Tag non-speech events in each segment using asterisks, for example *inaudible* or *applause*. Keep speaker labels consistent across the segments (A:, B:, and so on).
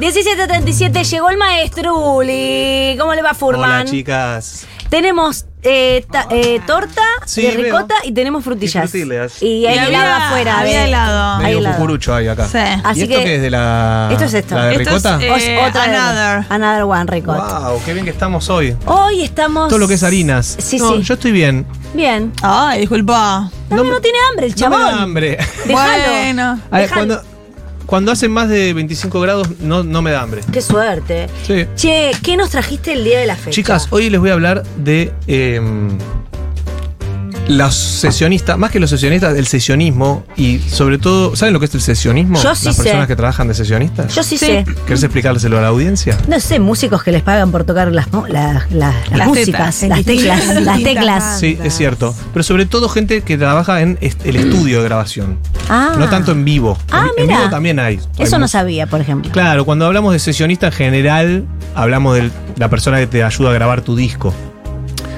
A: 7.37 llegó el maestro Uli. ¿Cómo le va, Furman?
B: Hola, chicas.
A: Tenemos eh, ta- eh, torta
B: Sí,
A: de
B: veo.
A: ricota y tenemos frutillas.
B: Y frutillas.
A: Y hay
C: Y
A: helado
C: había-
A: afuera. eh.
C: había
A: ¿ves?
C: helado.
A: Hay
B: Medio
A: helado.
B: cucurucho hay acá.
C: Sí.
A: Ah. Así
B: ¿Y esto
A: que-
B: qué es de la.
A: Esto es esto.
B: ¿La de
C: Esto es,
B: ricota?
C: eh,
A: Os- otra de-
C: another.
A: another one ricota.
B: wow, qué bien que estamos hoy.
A: Hoy estamos.
B: Todo lo que es harinas.
A: Sí,
B: No,
A: sí.
B: Yo estoy bien.
A: Bien.
C: Ay, disculpa.
A: No, no tiene hambre el
B: No me
A: chabón.
B: da
C: *laughs*
B: hambre.
A: Dejalo.
C: Bueno.
B: A ver,
A: Dejalo.
B: cuando, cuando hace más de 25 grados, no, no me da hambre.
A: Qué suerte.
B: Sí.
A: Che, ¿qué nos trajiste el día de la fecha?
B: Chicas, hoy les voy a hablar de eh, los sesionistas, más que los sesionistas, del sesionismo y sobre todo, ¿saben lo que es el sesionismo?
A: Yo sí
B: Las
A: sé.
B: personas que trabajan de sesionistas.
A: yo sí,
C: Sí.
A: sé.
B: ¿Querés explicárselo a la audiencia?
A: No sé, músicos que les pagan por tocar las, mu- la- la- las
C: Las
A: músicas,
C: tetas.
A: las teclas, las teclas.
C: Distintas.
B: Sí, es cierto. Pero sobre todo gente que trabaja en est- el estudio de grabación.
A: Ah.
B: No tanto en vivo.
A: Ah,
B: en, en
A: mira.
B: vivo también hay.
A: Eso no
B: hay mu-
A: sabía, por ejemplo.
B: Claro, cuando hablamos de sesionista en general, hablamos de la persona que te ayuda a grabar tu disco.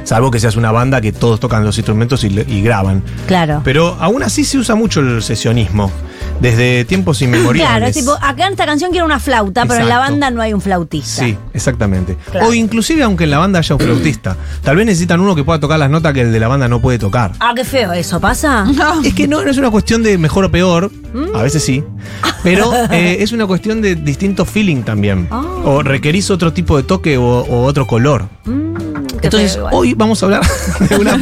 B: Salvo que seas una banda que todos tocan los instrumentos y, le- y graban.
A: Claro.
B: Pero aún así se usa mucho el sesionismo. Desde tiempos inmemoriales.
A: Claro, es tipo, acá en esta canción quiero una flauta, pero en la
B: Exacto.
A: banda no hay un flautista.
B: Sí, exactamente.
A: Claro.
B: O inclusive aunque en la banda haya un flautista. Tal vez necesitan uno que pueda tocar las notas que el de la banda no puede tocar.
A: Ah, qué feo eso, ¿pasa?
B: *laughs* Es que no, no es una cuestión de mejor o peor, a veces sí,
D: *laughs*
B: pero eh, es una cuestión de distinto feeling también.
A: Ah.
B: O requerís otro tipo de toque o, o otro color.
A: Mm, qué
B: Entonces,
A: feo igual.
B: hoy vamos a hablar *laughs* de
D: *laughs*
B: una.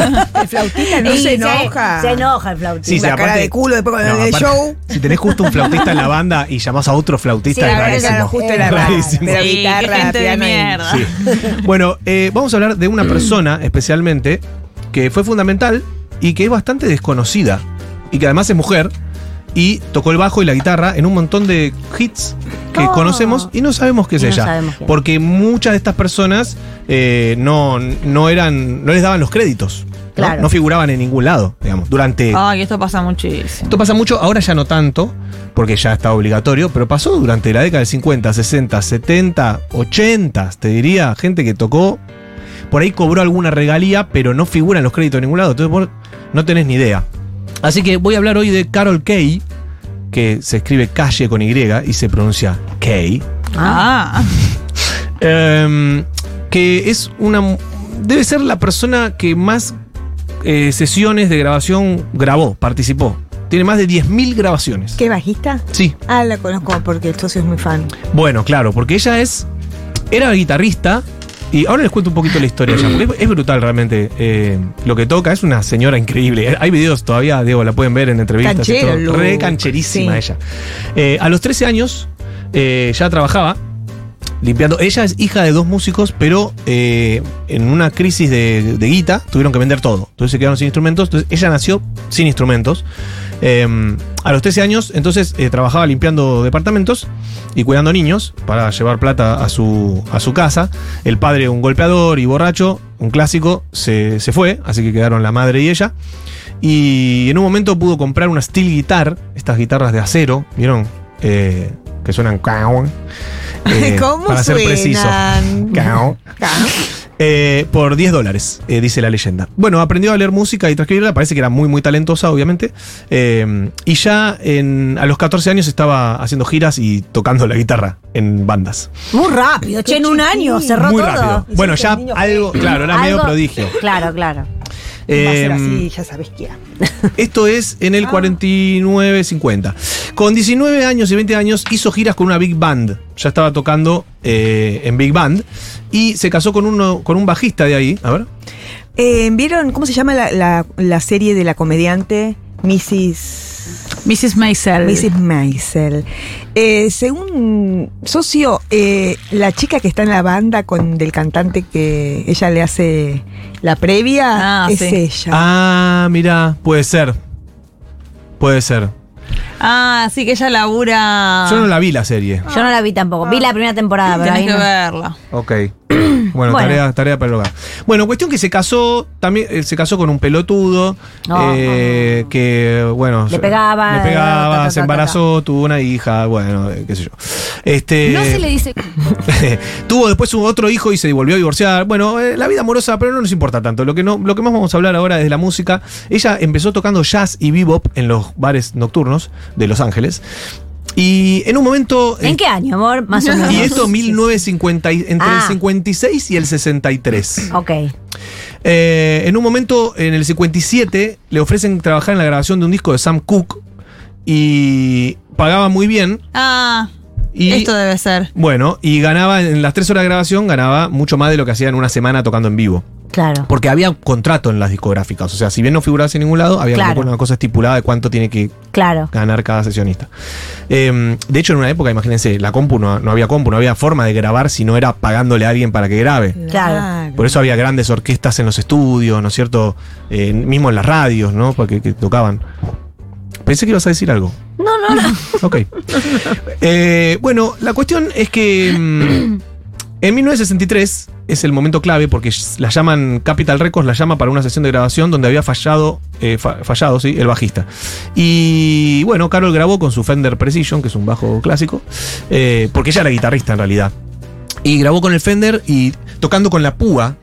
D: El flautista no
A: *laughs* Y
D: se enoja.
A: Se enoja el flautista.
B: Sí,
D: La cara de culo después cuando en el
B: aparte,
D: show.
B: Si tenés justo un flautista en la banda y llamás a otro flautista,
A: Sí,
B: es
A: la verdad que
B: rarísimo.
A: claro,
D: justo era
A: raro.
B: Rarísimo.
D: Pero
C: Sí,
D: guitarra,
C: qué gente de
D: piano y-
C: mierda.
B: Sí. Bueno, eh, vamos a hablar de una persona especialmente que fue fundamental y que es bastante desconocida y que además es mujer y tocó el bajo y la guitarra en un montón de hits que
A: Oh.
B: conocemos y no sabemos qué es
A: Y no
B: ella.
A: sabemos quién.
B: porque muchas de estas personas eh, no, no eran, no les daban los créditos. ¿no?
A: Claro. Oh,
B: No figuraban en ningún lado, digamos, durante
C: Ay, esto pasa muchísimo.
B: esto pasa mucho, ahora ya no tanto, porque ya está obligatorio, pero pasó durante la década del 50, 60, 70, 80, te diría, gente que tocó, por ahí cobró alguna regalía, pero no figura en los créditos de ningún lado, entonces vos no tenés ni idea. Así que voy a hablar hoy de Carol Kay, que se escribe calle con Y y se pronuncia Kay.
A: Ah,
C: Ah.
B: Em, que es una. Debe ser la persona que más eh, sesiones de grabación grabó, participó. Tiene más de 10.000 grabaciones.
D: ¿Qué bajista?
B: Sí.
D: Ah, la conozco porque el socio es muy fan.
B: Bueno, claro, porque ella es. Era guitarrista. Y ahora les cuento un poquito la historia ya, porque es, es brutal realmente eh, lo que toca. Es una señora increíble. Hay videos todavía, Diego, la pueden ver en entrevistas. y
D: Canchero,
B: todo.
D: look.
B: Re cancherísima
D: Sí.
B: ella. Eh, a los 13 años eh, ya trabajaba limpiando. Ella es hija de dos músicos, pero eh, en una crisis de, de guita tuvieron que vender todo. Entonces se quedaron sin instrumentos. Entonces ella nació sin instrumentos. Eh, a los 13 años, entonces eh, trabajaba limpiando departamentos y cuidando niños para llevar plata a su, a su casa. El padre, un golpeador y borracho, un clásico, se, se fue, así que quedaron la madre y ella. Y en un momento pudo comprar una steel guitar, estas guitarras de acero, ¿vieron? Eh, que suenan.
D: *laughs*
B: caón, eh,
D: ¿Cómo
B: para ser
D: suenan?
B: preciso. Caón. Eh, por 10 dólares, eh, dice la leyenda. Bueno, aprendió a leer música y transcribirla, parece que era muy, muy talentosa, obviamente. Eh, y ya en- a los 14 años estaba haciendo giras y tocando la guitarra en bandas.
A: muy rápido, che, en un año cerró
B: muy
A: todo.
B: rápido. Bueno, ya algo, claro, era medio
A: Algo-
D: *laughs*
B: prodigio.
A: Claro, claro.
D: Va a ser
B: Eh,
D: así, ya sabes qué. era.
B: Esto es en
A: Ah.
B: el 49-50. Con 19 años y 20 años hizo giras con una big band. Ya estaba tocando eh, en big band. Y se casó con, uno, con un bajista de ahí. A ver.
D: Eh, ¿Vieron cómo se llama la, la- la serie de la comediante? Mrs.
C: Mrs. Maisel.
D: Mrs. Maisel. Eh, según socio, eh, la chica que está en la banda con del cantante que ella le hace la previa
C: Ah,
D: es
C: sí.
D: ella.
B: Ah, mira, puede ser. Puede ser.
C: Ah, sí que ella
A: Ah.
C: labura.
B: Yo no la vi la serie.
A: Yo no la vi tampoco. Vi la primera temporada, Ah, pero
C: Ah. Tenés
A: ahí
C: que
A: no.
C: verla.
B: *clears throat* Ok. Bueno, Tarea, tarea para el hogar. Bueno, cuestión que se casó, también eh, se casó con un pelotudo,
A: No.
B: eh, que bueno...
A: Le pegaba,
B: Le pegaba,
A: ta, ta, ta,
B: se
A: ta, ta.
B: embarazó, tuvo una hija, bueno, eh, qué sé yo. Este,
E: No se le dice.
B: *laughs* Tuvo después un otro hijo y se volvió a divorciar. Bueno, eh, la vida amorosa, pero no nos importa tanto. Lo que, no, lo que más vamos a hablar ahora es de la música. Ella empezó tocando jazz y bebop en los bares nocturnos de Los Ángeles. Y en un momento. eh,
A: ¿En qué año, amor? Más o menos.
B: Y esto 1950, y- entre el
A: Ah.
B: 56 y el 63.
A: Ok.
B: Eh, en un momento, en el 57, le ofrecen trabajar en la grabación de un disco de Sam Cooke y pagaba muy bien.
C: Ah,
B: Y,
C: esto debe ser.
B: Bueno, y ganaba en las tres horas de grabación, ganaba mucho más de lo que hacía en una semana tocando en vivo.
A: Claro.
B: Porque había contrato en las discográficas. O sea, si bien no figuraba en ningún lado, había
A: Claro.
B: como una cosa estipulada de cuánto tiene que
A: Claro.
B: ganar cada sesionista. Eh, de hecho, en una época, imagínense, la compu no, no había compu, no había forma de grabar si no era pagándole a alguien para que grabe.
A: Claro.
B: Por eso había grandes orquestas en los estudios, ¿no es cierto? Eh, mismo en las radios, ¿no? Porque que tocaban. Pensé que ibas a decir algo.
A: No, no, no.
B: *laughs* Ok. Eh, bueno, la cuestión es que mm, en 1963 es el momento clave porque la llaman Capital Records, la llama para una sesión de grabación donde había fallado, eh, fa- fallado, sí, el bajista. Y bueno, Carol grabó con su Fender Precision, que es un bajo clásico, eh, porque ella era guitarrista en realidad. Y grabó con el Fender y tocando con la púa,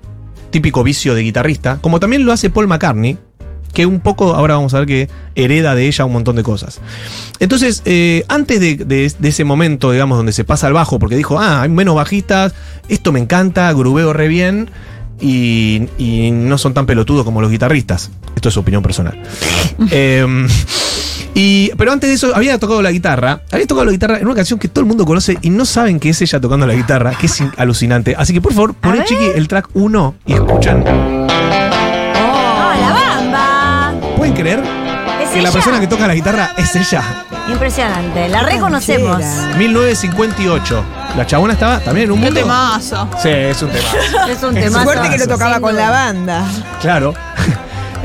B: típico vicio de guitarrista, como también lo hace Paul McCartney, que un poco, ahora vamos a ver que hereda de ella un montón de cosas. Entonces, eh, antes de, de- de ese momento, digamos, donde se pasa al bajo, porque dijo, ah, hay menos bajistas, esto me encanta, grubeo re bien, y, y no son tan pelotudos como los guitarristas. Esto es opinión personal. Em, y, pero antes de eso, había tocado la guitarra. Había tocado la guitarra en una canción que todo el mundo conoce y no saben que es ella tocando la guitarra, que es in- alucinante. Así que, por favor, poné,
A: ver.
B: chiqui, el track 1 y escuchan.
A: No, Ah, la bamba.
B: ¿Pueden creer
A: Es
B: que
A: ella.
B: la persona que toca la guitarra es ella?
A: Impresionante. La reconocemos.
D: Ranchera.
B: 1958. La chabona estaba también en un
C: Qué
B: mundo.
C: temazo.
B: Sí, es un tema.
A: Es un
B: Es
A: tema.
D: Suerte que lo tocaba con la banda.
B: claro. *laughs*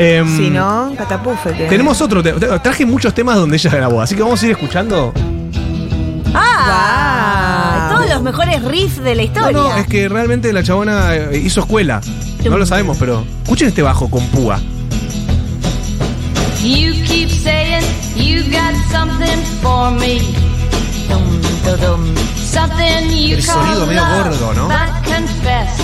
B: Em,
D: Si no, catapúfete.
B: Tenemos otro tema. Traje muchos temas donde ella grabó, así que vamos a ir escuchando.
A: Ah,
D: Wow.
A: todos los mejores riffs de la
B: No,
A: historia.
B: no, es que realmente la chabona eh, hizo escuela. No lo sabemos, pero escuchen este bajo con púa.
E: You keep saying you got something for me. Dum, dum, dum. Something you
B: El
E: call
B: sonido medio
E: love,
B: gordo, ¿no?
E: But confess,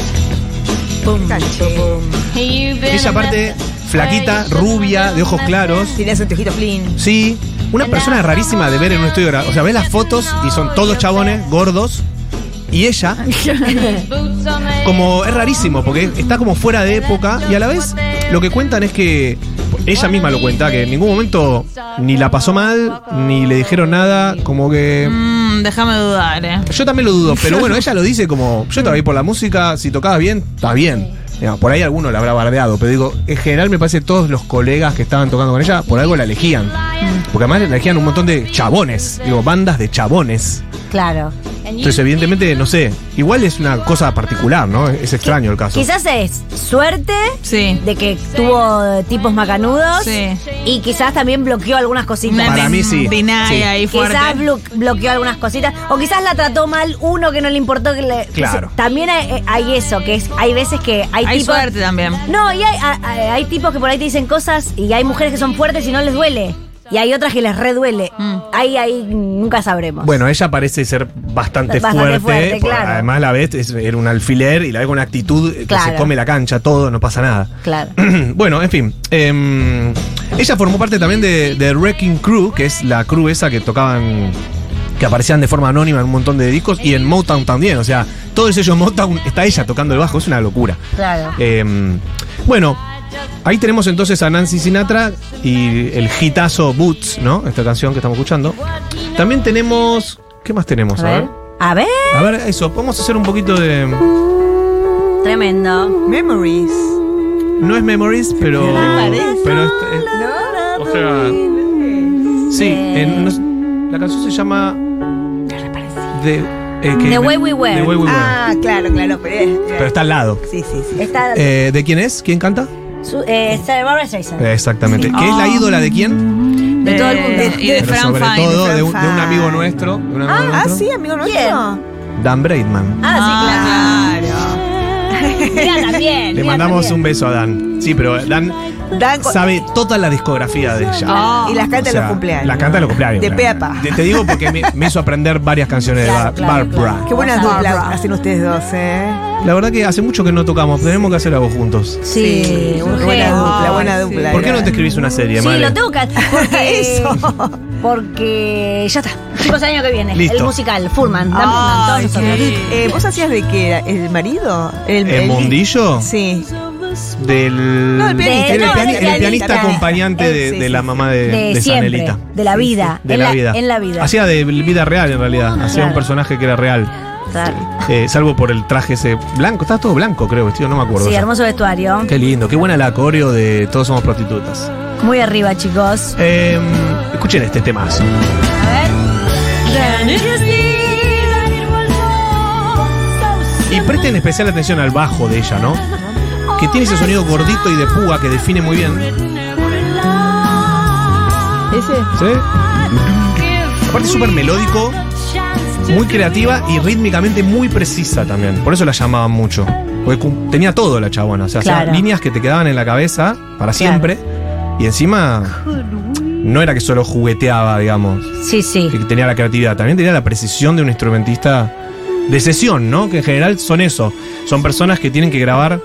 D: Canchero.
E: you've been
B: Ella aparte, flaquita, rubia, de ojos claros.
D: Tiene su tejito flin.
B: Sí, una persona rarísima de ver en un estudio. gra- O sea, ves las fotos y son todos chabones, gordos. Y ella, como es rarísimo, porque está como fuera de época y a la vez lo que cuentan es que ella misma lo cuenta, que en ningún momento ni la pasó mal, ni le dijeron nada, como que...
C: Mm, déjame dudar, eh.
B: Yo también lo dudo, pero bueno, ella lo dice como, yo estaba ahí por la música, si tocaba bien, está bien. Digamos, por ahí alguno la habrá bardeado, pero digo, en general me parece que todos los colegas que estaban tocando con ella, por algo la elegían. Porque además la elegían un montón de chabones, digo, bandas de chabones.
A: Claro.
B: Entonces, evidentemente, no sé, igual es una cosa particular, ¿no? Es extraño el caso.
A: Quizás es suerte
C: Sí.
A: de que tuvo eh, tipos macanudos
C: Sí.
A: y quizás también bloqueó algunas cositas.
B: Para mí sí.
C: Vinay
B: Sí.
C: ahí fuerte.
A: Quizás blo- bloqueó algunas cositas. O quizás la trató mal uno que no le importó que le.
B: Claro.
A: También hay, eh, hay eso, que es, hay veces que hay,
C: Hay
A: tipos.
C: suerte también.
A: No, y hay, a- a- hay tipos que por ahí te dicen cosas y hay mujeres que son fuertes y no les duele. Y hay otras que les reduele. Ahí, ahí nunca sabremos.
B: Bueno, eh. ella parece ser bastante,
A: Bastante
B: fuerte.
A: fuerte,
B: por-
A: claro.
B: Además, la ves, es- era un alfiler y la ves con una actitud eh, que se
A: Claro.
B: come la cancha, todo, no pasa nada. *clears throat*
A: Claro.
B: bueno, en fin. em, ella formó parte también de, de Wrecking Crew, que es la crew esa que tocaban. Que aparecían de forma anónima en un montón de discos y en Motown también. O sea, todo el sello Motown está ella tocando el bajo, es una locura.
A: Claro.
B: Em, bueno, ahí tenemos entonces a Nancy Sinatra y el hitazo Boots, ¿no? Esta canción que estamos escuchando. También tenemos. ¿Qué más tenemos? A ver.
A: A ver.
B: A ver, eso, vamos a hacer un poquito de.
A: Tremendo.
D: Memories.
B: No es Memories, pero.
D: parece.
B: Pero es- es- O sea. Sí, en- no- la canción se llama. The, eh, que-
A: The Way We Were.
B: The Way We Were.
D: Ah, claro, claro. Pero,
B: Pero está al lado.
D: Sí, sí, sí.
A: Está.
B: Eh, ¿De quién es? ¿Quién canta?
A: su- eh, está Barbra Streisand.
B: Eh, exactamente. ¿Qué es la ídola de quién?
A: De todo el mundo.
C: Eh, Y de
B: Pero
C: Fran
B: sobre
C: Fine.
B: todo
D: Fran
B: de un, de un
D: Fine.
B: amigo nuestro. de un amigo
D: Ah,
B: nuestro.
D: sí, amigo nuestro.
A: ¿Quién?
B: Dan Braidman.
A: Ah,
C: Ah, claro.
A: sí, claro. Mira también.
B: Le
A: mira
B: mandamos
A: también.
B: un beso a Dan. Sí, pero Dan
D: Dan con-
B: sabe toda la discografía de ella.
C: Ah,
D: y las canta
B: O
D: en
B: sea,
D: los cumpleaños.
B: Las canta en los cumpleaños.
D: De
B: claro.
D: pe a pa.
B: Te, te digo porque me, me hizo aprender varias canciones
A: Claro,
B: de Bar-
A: claro,
B: Barbra.
A: claro.
D: Qué buenas
A: Barbra.
D: duplas hacen ustedes dos, ¿eh?
B: La verdad que hace mucho que no tocamos, tenemos que hacer algo juntos.
A: Sí, urgente.
D: buena dupla, buena
C: Ay,
D: dupla.
B: ¿Por qué no te escribís una serie,
A: Sí,
B: Male?
A: lo tengo que
B: *laughs*
A: porque
D: Eso.
A: Porque ya está. Chicos, el año que viene.
B: Listo. Ah,
A: El musical, Furman, Dan Furman, todos
D: Ay,
A: nosotros.
D: sí. Eh, ¿Vos hacías de qué? era? ¿El marido? ¿El,
B: ¿El mondillo?
D: Sí.
B: Del.
D: No, el pianista,
B: Era
A: no,
B: piani-
A: el
B: el pianista
A: pianista.
B: acompañante de,
D: Sí,
B: de
D: sí,
B: la
D: sí.
B: mamá de,
A: De
B: de
A: siempre,
B: Sanelita.
A: de la vida,
B: De
A: en
B: la,
A: la-
B: vida.
A: en la vida.
B: Hacía de vida real, en realidad. Hacía
A: Claro.
B: un personaje que era real.
A: Claro.
B: Eh, salvo por el traje ese blanco. Estaba todo blanco, creo, vestido, no me acuerdo.
A: Sí,
B: ya.
A: hermoso vestuario.
B: Qué lindo, qué buena la coreo de Todos Somos Prostitutas.
A: Muy arriba, chicos.
B: Eh, escuchen este tema. Y presten especial atención al bajo de ella, ¿no? Que tiene ese sonido gordito y de púa que define muy bien. ¿Sí? Aparte, súper melódico, muy creativa y rítmicamente muy precisa también. Por eso la llamaban mucho. Porque cum- tenía todo la chabona. O sea, hacía
A: Claro.
B: líneas que te quedaban en la cabeza para siempre. Y encima, no era que solo jugueteaba, digamos.
A: Sí, sí.
B: que tenía la creatividad, también tenía la precisión de un instrumentista de sesión, ¿no? Que en general son eso, son personas que tienen que grabar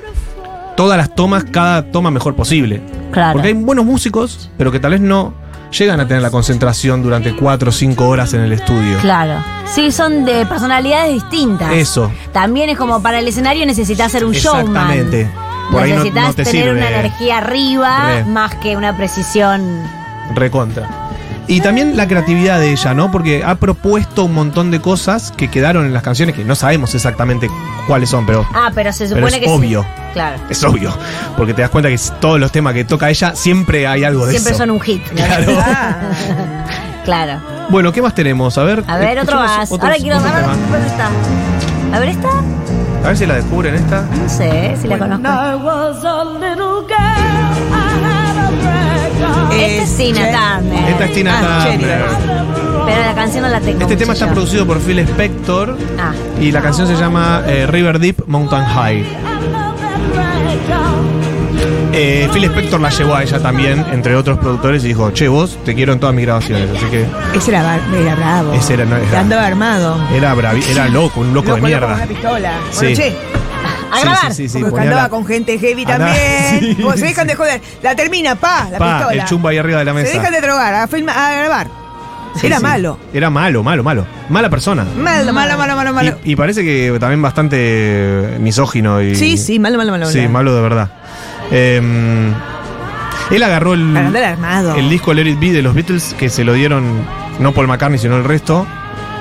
B: todas las tomas, cada toma mejor posible.
A: Claro.
B: Porque hay buenos músicos, pero que tal vez no llegan a tener la concentración durante cuatro o cinco horas en el estudio.
A: Claro. Sí, son de personalidades distintas.
B: Eso.
A: También es como para el escenario necesitas hacer un showman.
B: Exactamente. Por ahí no-
A: necesitas
B: no te
A: tener
B: sirve.
A: una energía arriba
B: Re.
A: más que una precisión.
B: Recontra. Y también la creatividad de ella, ¿no? Porque ha propuesto un montón de cosas que quedaron en las canciones que no sabemos exactamente cuáles son, pero
A: Ah, pero se
B: Pero
A: supone
B: es
A: que sí.
B: obvio.
A: Claro.
B: es obvio. Porque te das cuenta que todos los temas que toca ella siempre hay algo de
A: Siempre
B: eso.
A: son un hit. ¿no?
B: Claro.
A: *laughs* Claro.
B: Bueno, ¿qué más tenemos? A ver.
A: A ver, otro
B: escuchemos
A: más.
B: otros-
A: Ahora quiero
B: otro
A: saber
B: tema.
A: dónde está. A ver, esta.
B: A ver si la descubren esta.
A: No sé si la conozco.
D: Eh,
A: Este es Tina Turner.
B: Esta es Tina
D: Ah,
B: Turner.
A: Pero la canción no la tengo.
B: Este tema
A: mucho
B: está
A: yo.
B: producido por Phil Spector
A: Ah.
B: y la canción se llama eh, River Deep Mountain High. Eh, Phil Spector la llevó a ella también, entre otros productores, y dijo, che, vos te quiero en todas mis grabaciones. Así que
D: Ese era, bar- era bravo.
B: Ese era- no, era-
D: Que andaba armado.
B: era bravi- era loco, un loco,
D: Loco,
B: de
D: loco
B: mierda.
D: con una pistola.
B: Sí.
D: Bueno, che,
A: A
B: Sí,
A: grabar.
B: sí, sí, sí,
D: porque
B: ponía
D: andaba
B: la-
D: con gente heavy
B: Andaba-
D: también.
B: *laughs* Sí,
D: Vos se
B: sí.
D: dejan de joder. La termina, pa, la
B: Pa,
D: pistola.
B: el chumbo ahí arriba de la mesa.
D: Se dejan de drogar, a, filma- a grabar.
B: Sí,
D: era
B: sí.
D: malo.
B: Era malo, malo, malo. Mala persona.
D: Malo, malo, malo, malo, malo.
B: Y, y parece que también bastante eh, misógino y.
D: Sí, sí, malo, malo, malo.
B: Sí,
D: malo.
B: malo de verdad. Em, él agarró el,
D: Para andar armado.
B: el disco Let It Be de los Beatles, que se lo dieron no Paul McCartney, sino el resto,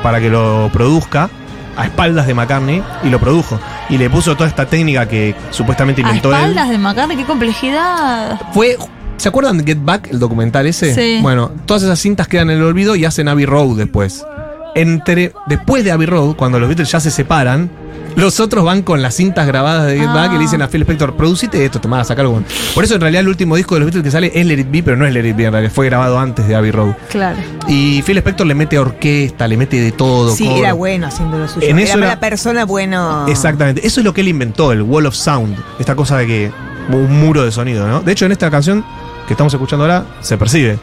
B: para que lo produzca a espaldas de McCartney, y lo produjo. Y le puso toda esta técnica que supuestamente
C: A
B: inventó él.
C: espaldas de Macarne, qué complejidad.
B: Fue. ¿Se acuerdan de Get Back, el documental ese?
C: Sí.
B: Bueno, todas esas cintas quedan en el olvido y hacen Abbey Road después. Entre, después de Abbey Road, cuando los Beatles ya se separan, los otros van con las cintas grabadas de Get
C: Ah.
B: Back y le dicen a Phil Spector, producite esto, tomá, sacalo. con-". Por eso en realidad el último disco de los Beatles que sale es Let It Be, pero no es Let It Be, en realidad fue grabado antes de Abbey Road.
C: Claro.
B: Y Phil Spector le mete orquesta, le mete de todo.
D: Sí,
B: coro.
D: era bueno haciendo lo suyo.
B: En
D: era
B: eso era-
D: mala persona, bueno.
B: Exactamente. Eso es lo que él inventó, el Wall of Sound. Esta cosa de que. un muro de sonido, ¿no? De hecho, en esta canción que estamos escuchando ahora, se percibe,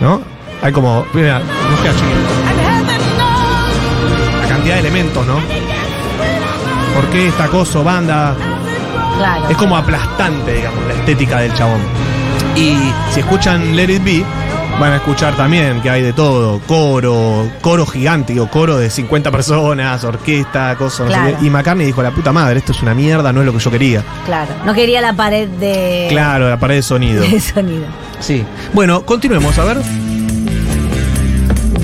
B: ¿no? Hay como. Mira, no queda chiquito. La cantidad de elementos, ¿no? Orquesta, acoso, banda.
A: Claro.
B: Es como aplastante, digamos, la estética del chabón. Y si escuchan Let It Be, van a escuchar también que hay de todo: coro, coro gigante, digo, coro de 50 personas, orquesta, cosas. no sé
A: Claro.
B: qué. Y McCartney dijo: La puta madre, esto es una mierda, no es lo que yo quería.
A: Claro. No quería la pared de.
B: Claro, la pared de
A: *laughs*
B: sonido.
A: de sonido.
B: sí. Bueno, continuemos, a ver.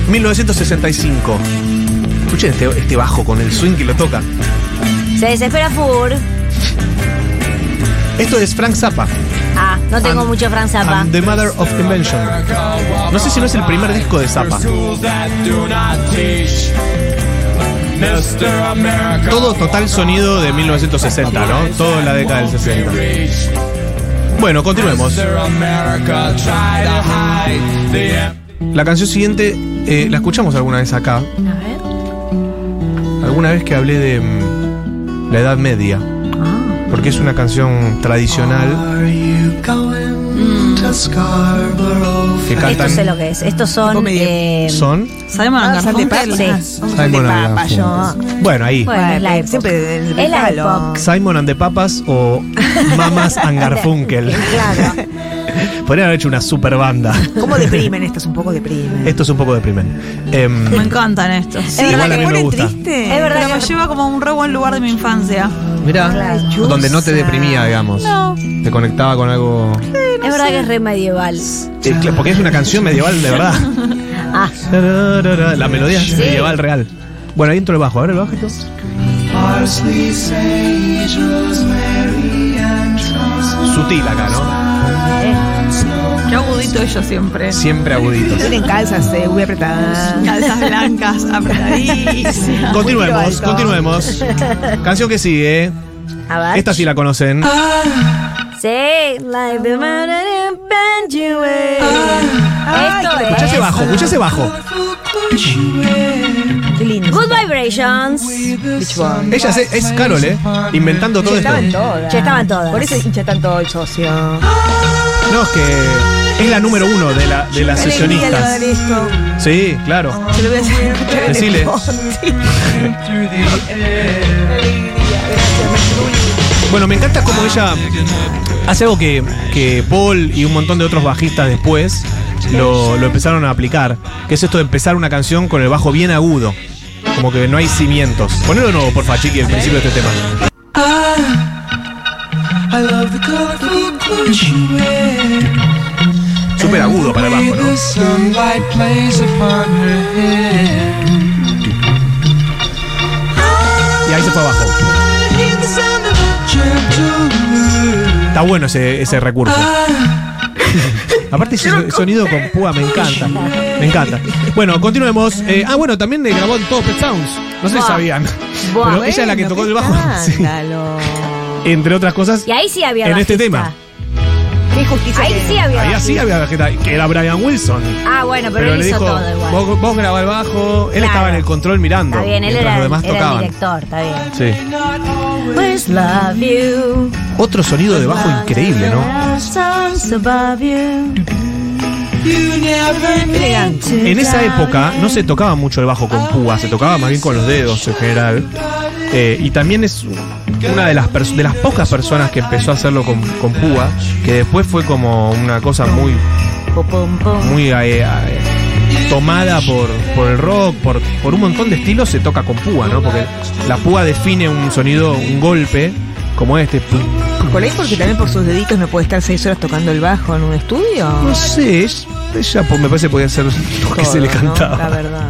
B: 1965. Escuchen este, este bajo con el swing que lo toca.
A: Se desespera Fur.
B: Esto es Frank Zappa.
A: Ah, no tengo
B: And-
A: mucho Fran Zappa.
B: And the Mother of Invention. No sé si no es el primer disco de Zappa. Todo total sonido de 1960, ¿no? Toda la década del 60. Bueno, continuemos. La canción siguiente, eh, la escuchamos alguna vez acá. Alguna vez que hablé de mm, la Edad Media. Porque es una canción tradicional.
F: Scarborough.
A: Mm.
B: que
A: Esto
B: cantan
A: sé lo que es. Estos son.
D: Comedia.
A: eh,
B: son
C: Simon and
D: Ah, sal de
C: Garfunkel.
D: papa.
A: Sí.
D: Sal de
B: Simon and
D: papa, yo.
B: Garfunkel. Bueno, ahí.
A: Bueno, es la época.
D: Siempre el
A: Es la
D: palo.
A: época.
B: Simon and the Papas
A: *laughs*
B: o Mamas and Garfunkel. *laughs*
A: Claro.
B: Podrían haber hecho una super banda.
A: *laughs*
D: ¿Cómo deprimen estos? Un poco deprimen.
B: Esto es un poco deprimente. Em,
C: Me encantan estos.
B: igual a mí me
D: ponen
B: gusta.
D: triste.
A: Es verdad
C: Pero me
A: que-
C: lleva como a un re buen lugar de mi infancia.
B: Mirá,
A: Claro.
B: donde no te deprimía, digamos.
C: No.
B: Te conectaba con algo.
A: Es verdad que es re medieval.
B: Eh, claro, porque es una canción medieval de verdad.
A: Ah,
B: Tararara, La melodía es medieval real. Bueno, ahí entro el bajo. A ver el bajo.
F: Parsley, sage, rosemary, and thyme.
B: Sutil acá, ¿no?
C: Qué agudito ellos siempre.
B: Siempre aguditos.
D: *laughs* Tienen calzas eh, muy apretadas.
C: Calzas blancas, apretadísimas.
B: Continuemos,
D: alto.
B: continuemos. Canción que sigue.
A: a ver.
B: Esta sí la conocen.
A: Sí, like the mountain in Benjue.
B: Ah,
A: Esto es.
B: Escuchá ese bajo, escuchá ese bajo.
D: Qué lindo.
A: Good Vibrations.
D: Beach Boy.
B: Ella es, es Carol, ¿eh? Inventando todo esto.
D: Estaban todas.
A: Ya estaban todas.
D: Por eso hincha tanto el socio.
B: No, es que es la número uno de, la, de las
D: Alegría le va a dar
B: sesionistas.
D: esto.
B: Sí, claro.
D: Se lo voy a hacer.
B: Decile.
F: Through the air.
B: Bueno, me encanta cómo ella hace algo que, que Paul y un montón de otros bajistas después lo, lo empezaron a aplicar, que es esto de empezar una canción con el bajo bien agudo. Como que no hay cimientos. Ponelo de nuevo, porfa, Chiqui, el principio de este tema.
F: Ah, I love the colorful clothes you wear.
B: Súper agudo para el bajo,
F: The
B: ¿no?
F: sunlight plays upon her hair.
B: Y ahí se fue abajo.
F: I hear the sound of a gentle wind.
B: Está bueno ese, ese recurso.
F: I
A: Ah.
B: Aparte ese so- sonido con púa me encanta. Me encanta. Bueno, continuemos. Eh, ah, bueno, también le grabó en todo Pet Sounds. No sé si
A: Buah.
B: sabían. Pero ella es la que tocó el bajo. Sí. *laughs*
D: Escándalo.
B: Entre otras cosas,
A: Y ahí sí había.
B: En este
A: bajista.
D: Qué justicia.
A: Ahí
D: que-
A: sí había.
B: ahí
A: bajista.
B: así había bajeta, que era Brian Wilson.
A: Ah, bueno, pero,
B: Pero
A: él
B: le
A: hizo
B: dijo,
A: todo igual.
B: vos, vos grabá el bajo. Él
A: Claro.
B: estaba en el control mirando.
A: Está bien, él
B: mientras
A: era,
B: los demás
A: era el
B: tocaban.
A: director, está bien.
B: Sí.
F: not always
A: Where's Pues love you?
B: Otro sonido de bajo increíble, ¿no?
A: Songs above you.
F: you never need
A: To
B: En esa
A: die.
B: época no se tocaba mucho el bajo con púa, se tocaba más bien con los dedos en general. Eh, y también es una de las, pers- de las pocas personas que empezó a hacerlo con, con púa, que después fue como una cosa muy,
A: Pum, pum, pum.
B: muy eh, eh, tomada por, por el rock, por, por un montón de estilos, se toca con púa, ¿no? Porque la púa define un sonido, un golpe, como este.
D: Por ahí porque también por sus deditos no puede estar seis horas tocando el bajo en un estudio.
B: No sé, es- ella po- me parece podía ser lo que se le
D: Todo, ¿no?
B: cantaba.
D: La verdad.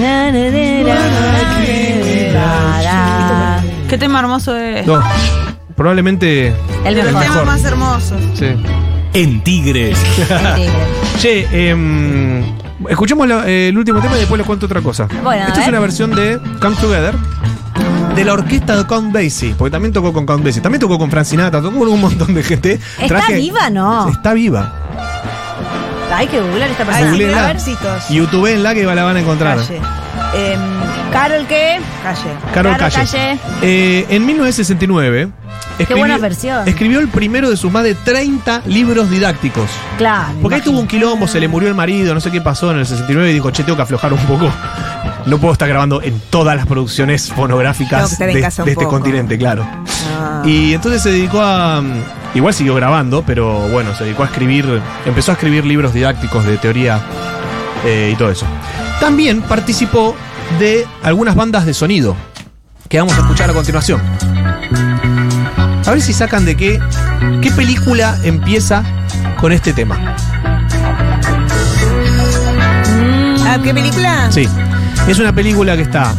A: Na, na, de, ra, na, de, ra, ra.
C: *laughs* Qué tema hermoso es.
B: No, probablemente.
A: El
C: De los
A: mejor.
C: temas más hermosos.
B: Sí.
G: En Tigres,
A: el tigre.
B: Che, em, escuchemos la- eh, el último tema y después les cuento otra cosa.
A: Bueno, a
B: Esta es
A: ver.
B: una versión de Come Together de la orquesta de Count Basie, porque también tocó con Count Basie, también tocó con Francinata, tocó con un montón de gente.
A: ¿Está viva, no? Ah,
B: Está viva.
A: Hay que googlear esta persona.
D: a
B: Googleenla,
D: ver, citos.
B: YouTubeenla que la van a encontrar.
D: Calle. Em,
A: Carol, ¿qué?
D: calle.
B: Carol
A: Carol
B: Calle.
A: Calle.
B: Eh, en 1969 escribió,
A: buena versión.
B: escribió el primero de sus más de 30 libros didácticos.
A: Claro.
B: Porque ahí tuvo un quilombo, se le murió el marido, no sé qué pasó en el 69 y dijo, che, tengo que aflojar un poco. No puedo estar grabando en todas las producciones
D: Tengo que
B: fonográficas
D: estar
B: de,
D: en casa un
B: de este
D: poco.
B: continente, claro.
D: Ah.
B: Y entonces se dedicó a... mm, Igual siguió grabando, pero bueno, se dedicó a escribir, empezó a escribir libros didácticos de teoría eh, y todo eso. También participó de algunas bandas de sonido, que vamos a escuchar a continuación. A ver si sacan de qué... ¿Qué película empieza con este tema?
D: Ah, ¿Qué película?
B: Sí. Es una película que está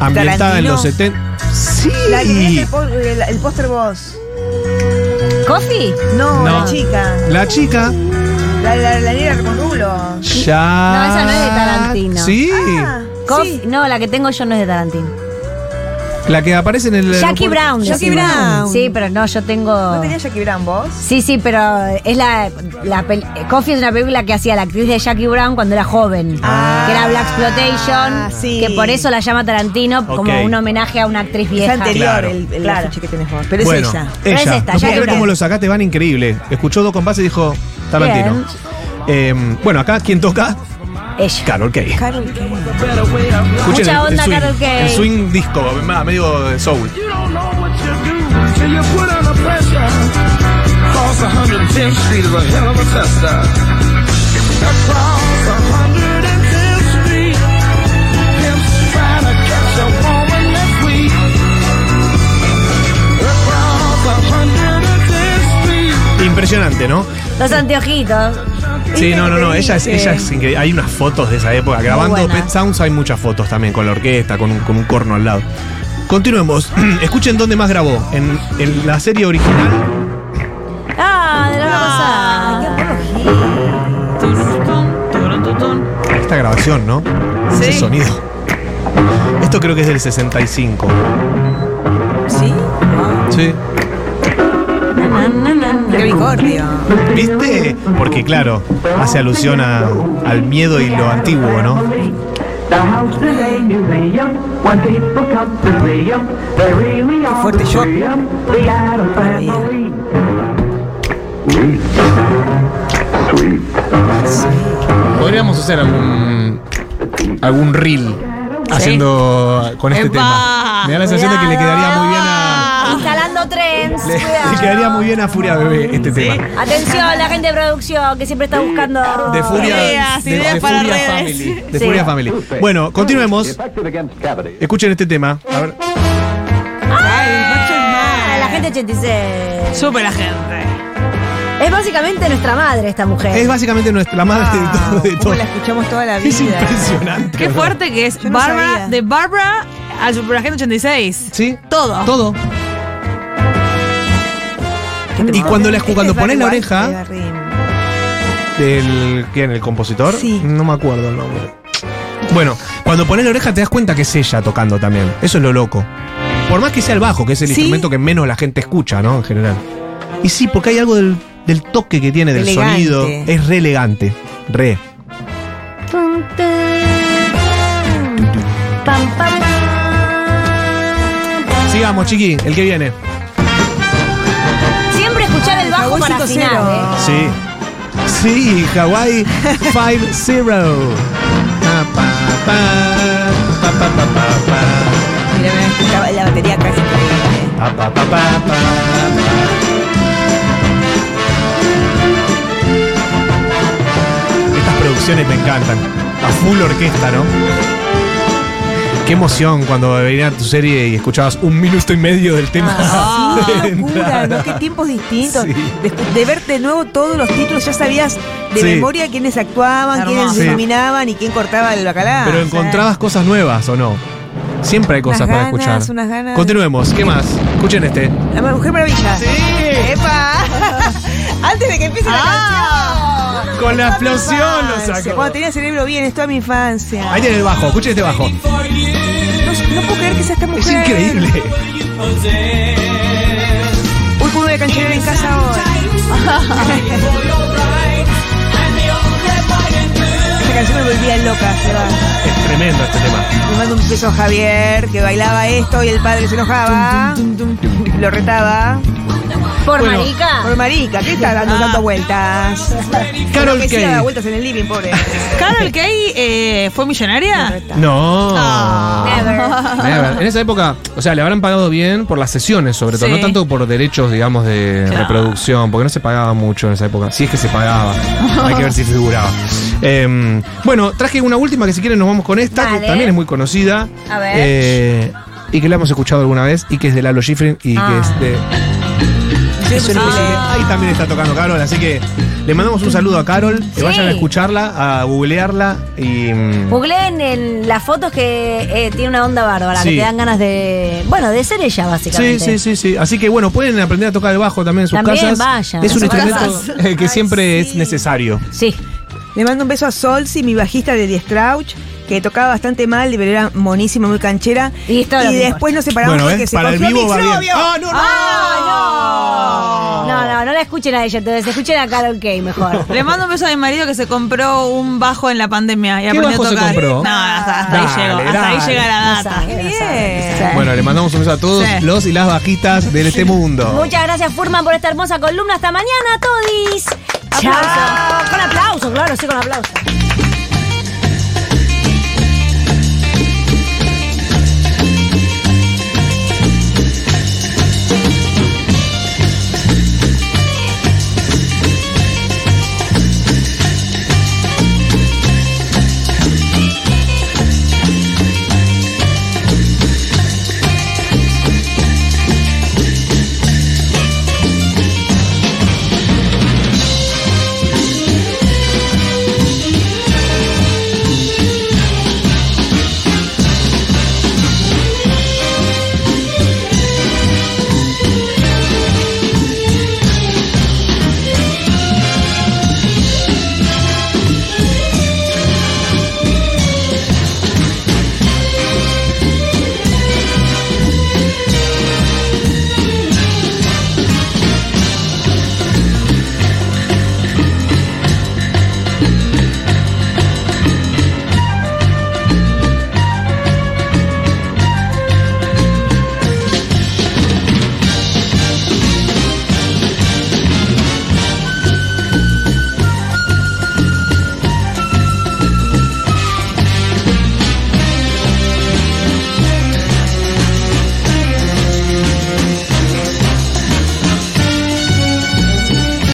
B: ambientada en
D: ¿Tarantino?
B: los 70. Sí.
D: La que tenés el, po- el- el póster vos.
A: ¿Coffee?
D: No,
B: No.
D: la chica.
B: La chica
D: La, la, la negra con rulo.
B: ya.
A: No, esa no es de Tarantino.
B: Sí.
D: Ah,
A: Coffee.
D: sí.
A: No, la que tengo yo no es de Tarantino.
B: La que aparece en el.
A: Jackie Brown.
D: Jackie
A: decimos.
D: Brown.
A: Sí, pero no, yo tengo.
D: ¿No tenía Jackie Brown vos?
A: Sí, sí, pero es la, la pel- Coffee es una película que hacía la actriz de Jackie Brown cuando era joven,
D: Ah,
A: que era Black Exploitation,
D: sí.
A: que por eso la llama Tarantino
B: Ok.
A: como un homenaje a una actriz
D: Es
A: vieja.
D: anterior
B: Claro.
D: el, el
A: Claro.
D: afiche que tenés vos. Pero
B: bueno,
D: es ella.
A: Pero es
B: ella.
A: esta,
B: no puedo
A: Jackie
B: creer
A: Brown.
B: cómo lo sacaste, van increíble. Escuchó dos compases y dijo Tarantino. Eh, bueno, acá, ¿quién toca?
A: Ella.
B: Carol Kay.
D: Carol, ¿qué?
B: Escuchen
A: Mucha onda,
B: swing,
A: Carol Kay.
B: El swing disco, más medio soul.
F: You don't know what you do till you put under pressure. Cross 110th Street is a hell of a tester. Across 110th Street, pimps trying to catch a woman that's weak. Across 110th Street,
B: Impresionante, ¿no?
A: Los anteojitos.
B: Sí, no, no, no. Ella es, ella es increíble. Hay unas fotos de esa época. Grabando
A: buena.
B: Pet Sounds hay muchas fotos también con la orquesta, con un, con un corno al lado. Continuemos. *clears throat* Escuchen dónde más grabó. En, en la serie original.
A: Ah, de la pasada. Qué apología.
B: Esta grabación, ¿no? Ese
C: Sí.
B: sonido. Esto creo que es del 65.
D: ¿Sí?
B: Sí.
D: Qué bicornio.
B: ¿Viste? Porque claro, hace alusión a- al miedo y lo antiguo, ¿no?
D: Fuerte shock.
B: Podríamos hacer algún algún reel haciendo con este
C: Epa.
B: tema. Me da la sensación de que le quedaría muy bien a
A: Instalando trends.
B: le,
A: cuidado.
B: le quedaría muy bien a Furia Bebé este tema.
A: Atención, la gente de producción que siempre está buscando.
B: De Furia,
C: Ideas,
B: de,
C: ideas
B: de
C: para
B: Furia
C: redes.
B: Family. De
A: Sí.
B: Furia Family. Bueno, continuemos. Escuchen este tema. A ver.
A: Ah, la gente 86.
C: Súper agente.
A: Es básicamente nuestra madre esta mujer.
B: Es básicamente nuestra, la madre *laughs*
C: Ah.
B: de todo- de
D: Wow,
B: todo.
D: cómo la escuchamos toda la vida.
B: Es impresionante.
C: Qué
B: ¿verdad?
C: fuerte que es.
D: Yo no
C: Bárbara,
D: sabía.
C: de Bárbara al Superagente 86.
B: Sí.
C: Todo.
B: Todo. Y cuando la escu- cuando pones la oreja del quién, el compositor,
D: Sí.
B: no me acuerdo el nombre. Bueno, cuando pones la oreja te das cuenta que es ella tocando también. Eso es lo loco. Por más que sea el bajo, que es el
D: Sí.
B: instrumento que menos la gente escucha, ¿no? En general. Y sí, porque hay algo del, del toque que tiene, del
D: Elegante.
B: sonido. Es re elegante. Re.
A: Pam, pam, pam.
B: Sigamos, chiqui, el que viene.
A: Siempre escuchar el bajo para afinar, ¿eh?
B: Sí. Sí, Hawaii 5-0. Pa, pa, pa, pa, pa, pa, pa, pa.
D: Mira, me escuchaba la batería casi. increíble.
B: Pa, pa, pa, pa, pa. Estas producciones me encantan. A full orquesta, ¿no? Qué emoción cuando venía tu serie y escuchabas un minuto y medio del tema.
D: Ah,
B: *laughs* de
D: Qué locura,
B: entrada.
D: ¿no? Qué tiempos
B: Ah,
D: distintos.
B: Sí.
D: De, de ver de nuevo todos los títulos, ya sabías de
B: Sí.
D: memoria quiénes actuaban,
C: Hermoso.
D: quiénes
B: Sí.
D: iluminaban y quién cortaba el bacalao.
B: Pero
D: O sea,
B: encontrabas cosas nuevas o no. Siempre hay cosas
D: Ah, Unas
B: para
D: ganas,
B: escuchar.
D: unas ganas.
B: Continuemos, ¿qué más? Escuchen este.
D: La mujer maravilla. ¡Epa! *laughs* Antes de que empiece la canción.
B: Ah. Con la
D: Es toda mi
B: explosión lo
D: infancia.
B: sacó.
D: Cuando tenía cerebro bien, es toda mi infancia.
B: Ahí tiene el bajo, escuchen este bajo.
D: No, no puedo creer que sea esta mujer.
B: Es increíble.
D: Uy, cómo voy a canchero en casa hoy. Esta canción me volvía loca, se va.
B: Es tremendo este tema.
D: Le mando un beso a Javier, que bailaba esto y el padre se enojaba. Lo retaba.
A: ¿eh? Por
B: Bueno.
A: marica.
D: Por marica, ¿qué está dando tantas vueltas?
B: Carol
D: Enloquecida,
B: Kay.
D: daba vueltas en el living, pobre.
C: ¿Carol Kay eh, fue millonaria?
B: No.
A: Never.
B: Never. En esa época, o sea, le habrán pagado bien por las sesiones, sobre todo,
C: Sí.
B: no tanto por derechos, digamos, de
C: Claro.
B: reproducción, porque no se pagaba mucho en esa época. Si es que
A: *laughs*
B: se pagaba, hay que ver si figuraba. Em, bueno, traje una última que si quieren nos vamos con esta, que
A: Dale.
B: también es muy conocida.
A: A ver.
B: Eh, y que la hemos escuchado alguna vez, y que es de Lalo Schifrin, y que
A: Ah.
B: es de. Es una especie de- Ahí también está tocando Carol, así que le mandamos un saludo a Carol, que
A: Sí.
B: vayan a escucharla, a googlearla y. mm,
A: Googleen en las fotos que eh, tiene una onda bárbara,
B: Sí.
A: que te dan ganas de. Bueno, de ser ella,
B: Sí,
A: básicamente.
B: sí, sí, sí. Así que bueno, pueden aprender a tocar el bajo también en sus
A: También,
B: casas.
A: vayan.
B: Es un
A: En sus
B: instrumento
C: casas.
B: eh, que
D: Ay,
B: siempre
D: sí.
B: es necesario.
A: Sí.
D: Le mando un beso a Solsi, mi bajista de Die Strauch, que tocaba bastante mal, pero era monísima, muy canchera.
A: Y esto lo mejor.
D: después nos separamos
B: Bueno,
D: porque
B: ¿eh?
D: se
B: Para el
D: cogió a
B: vivo
D: mi
B: va bien.
D: exnovio.
B: ¡Ah, no, no!
A: No, no, no la escuchen a ella, entonces escuchen a Carol Kay mejor.
C: Le mando un beso a mi marido que se compró un bajo en la pandemia y
B: ¿Qué
C: aprendió
B: bajo
C: a
B: se
C: tocar.
B: compró?
C: No, hasta, hasta ahí
B: Dale,
C: llegó. Hasta ahí
B: dale.
C: llega la
A: No
C: data.
A: sabe, no sabe.
D: Bien.
B: Bueno, le mandamos un beso a todos
C: Sí.
B: los y las bajistas de este mundo.
A: Muchas gracias, Furman, por esta hermosa columna. Hasta mañana, todis. Chao. Con aplauso, claro, sí, con aplauso.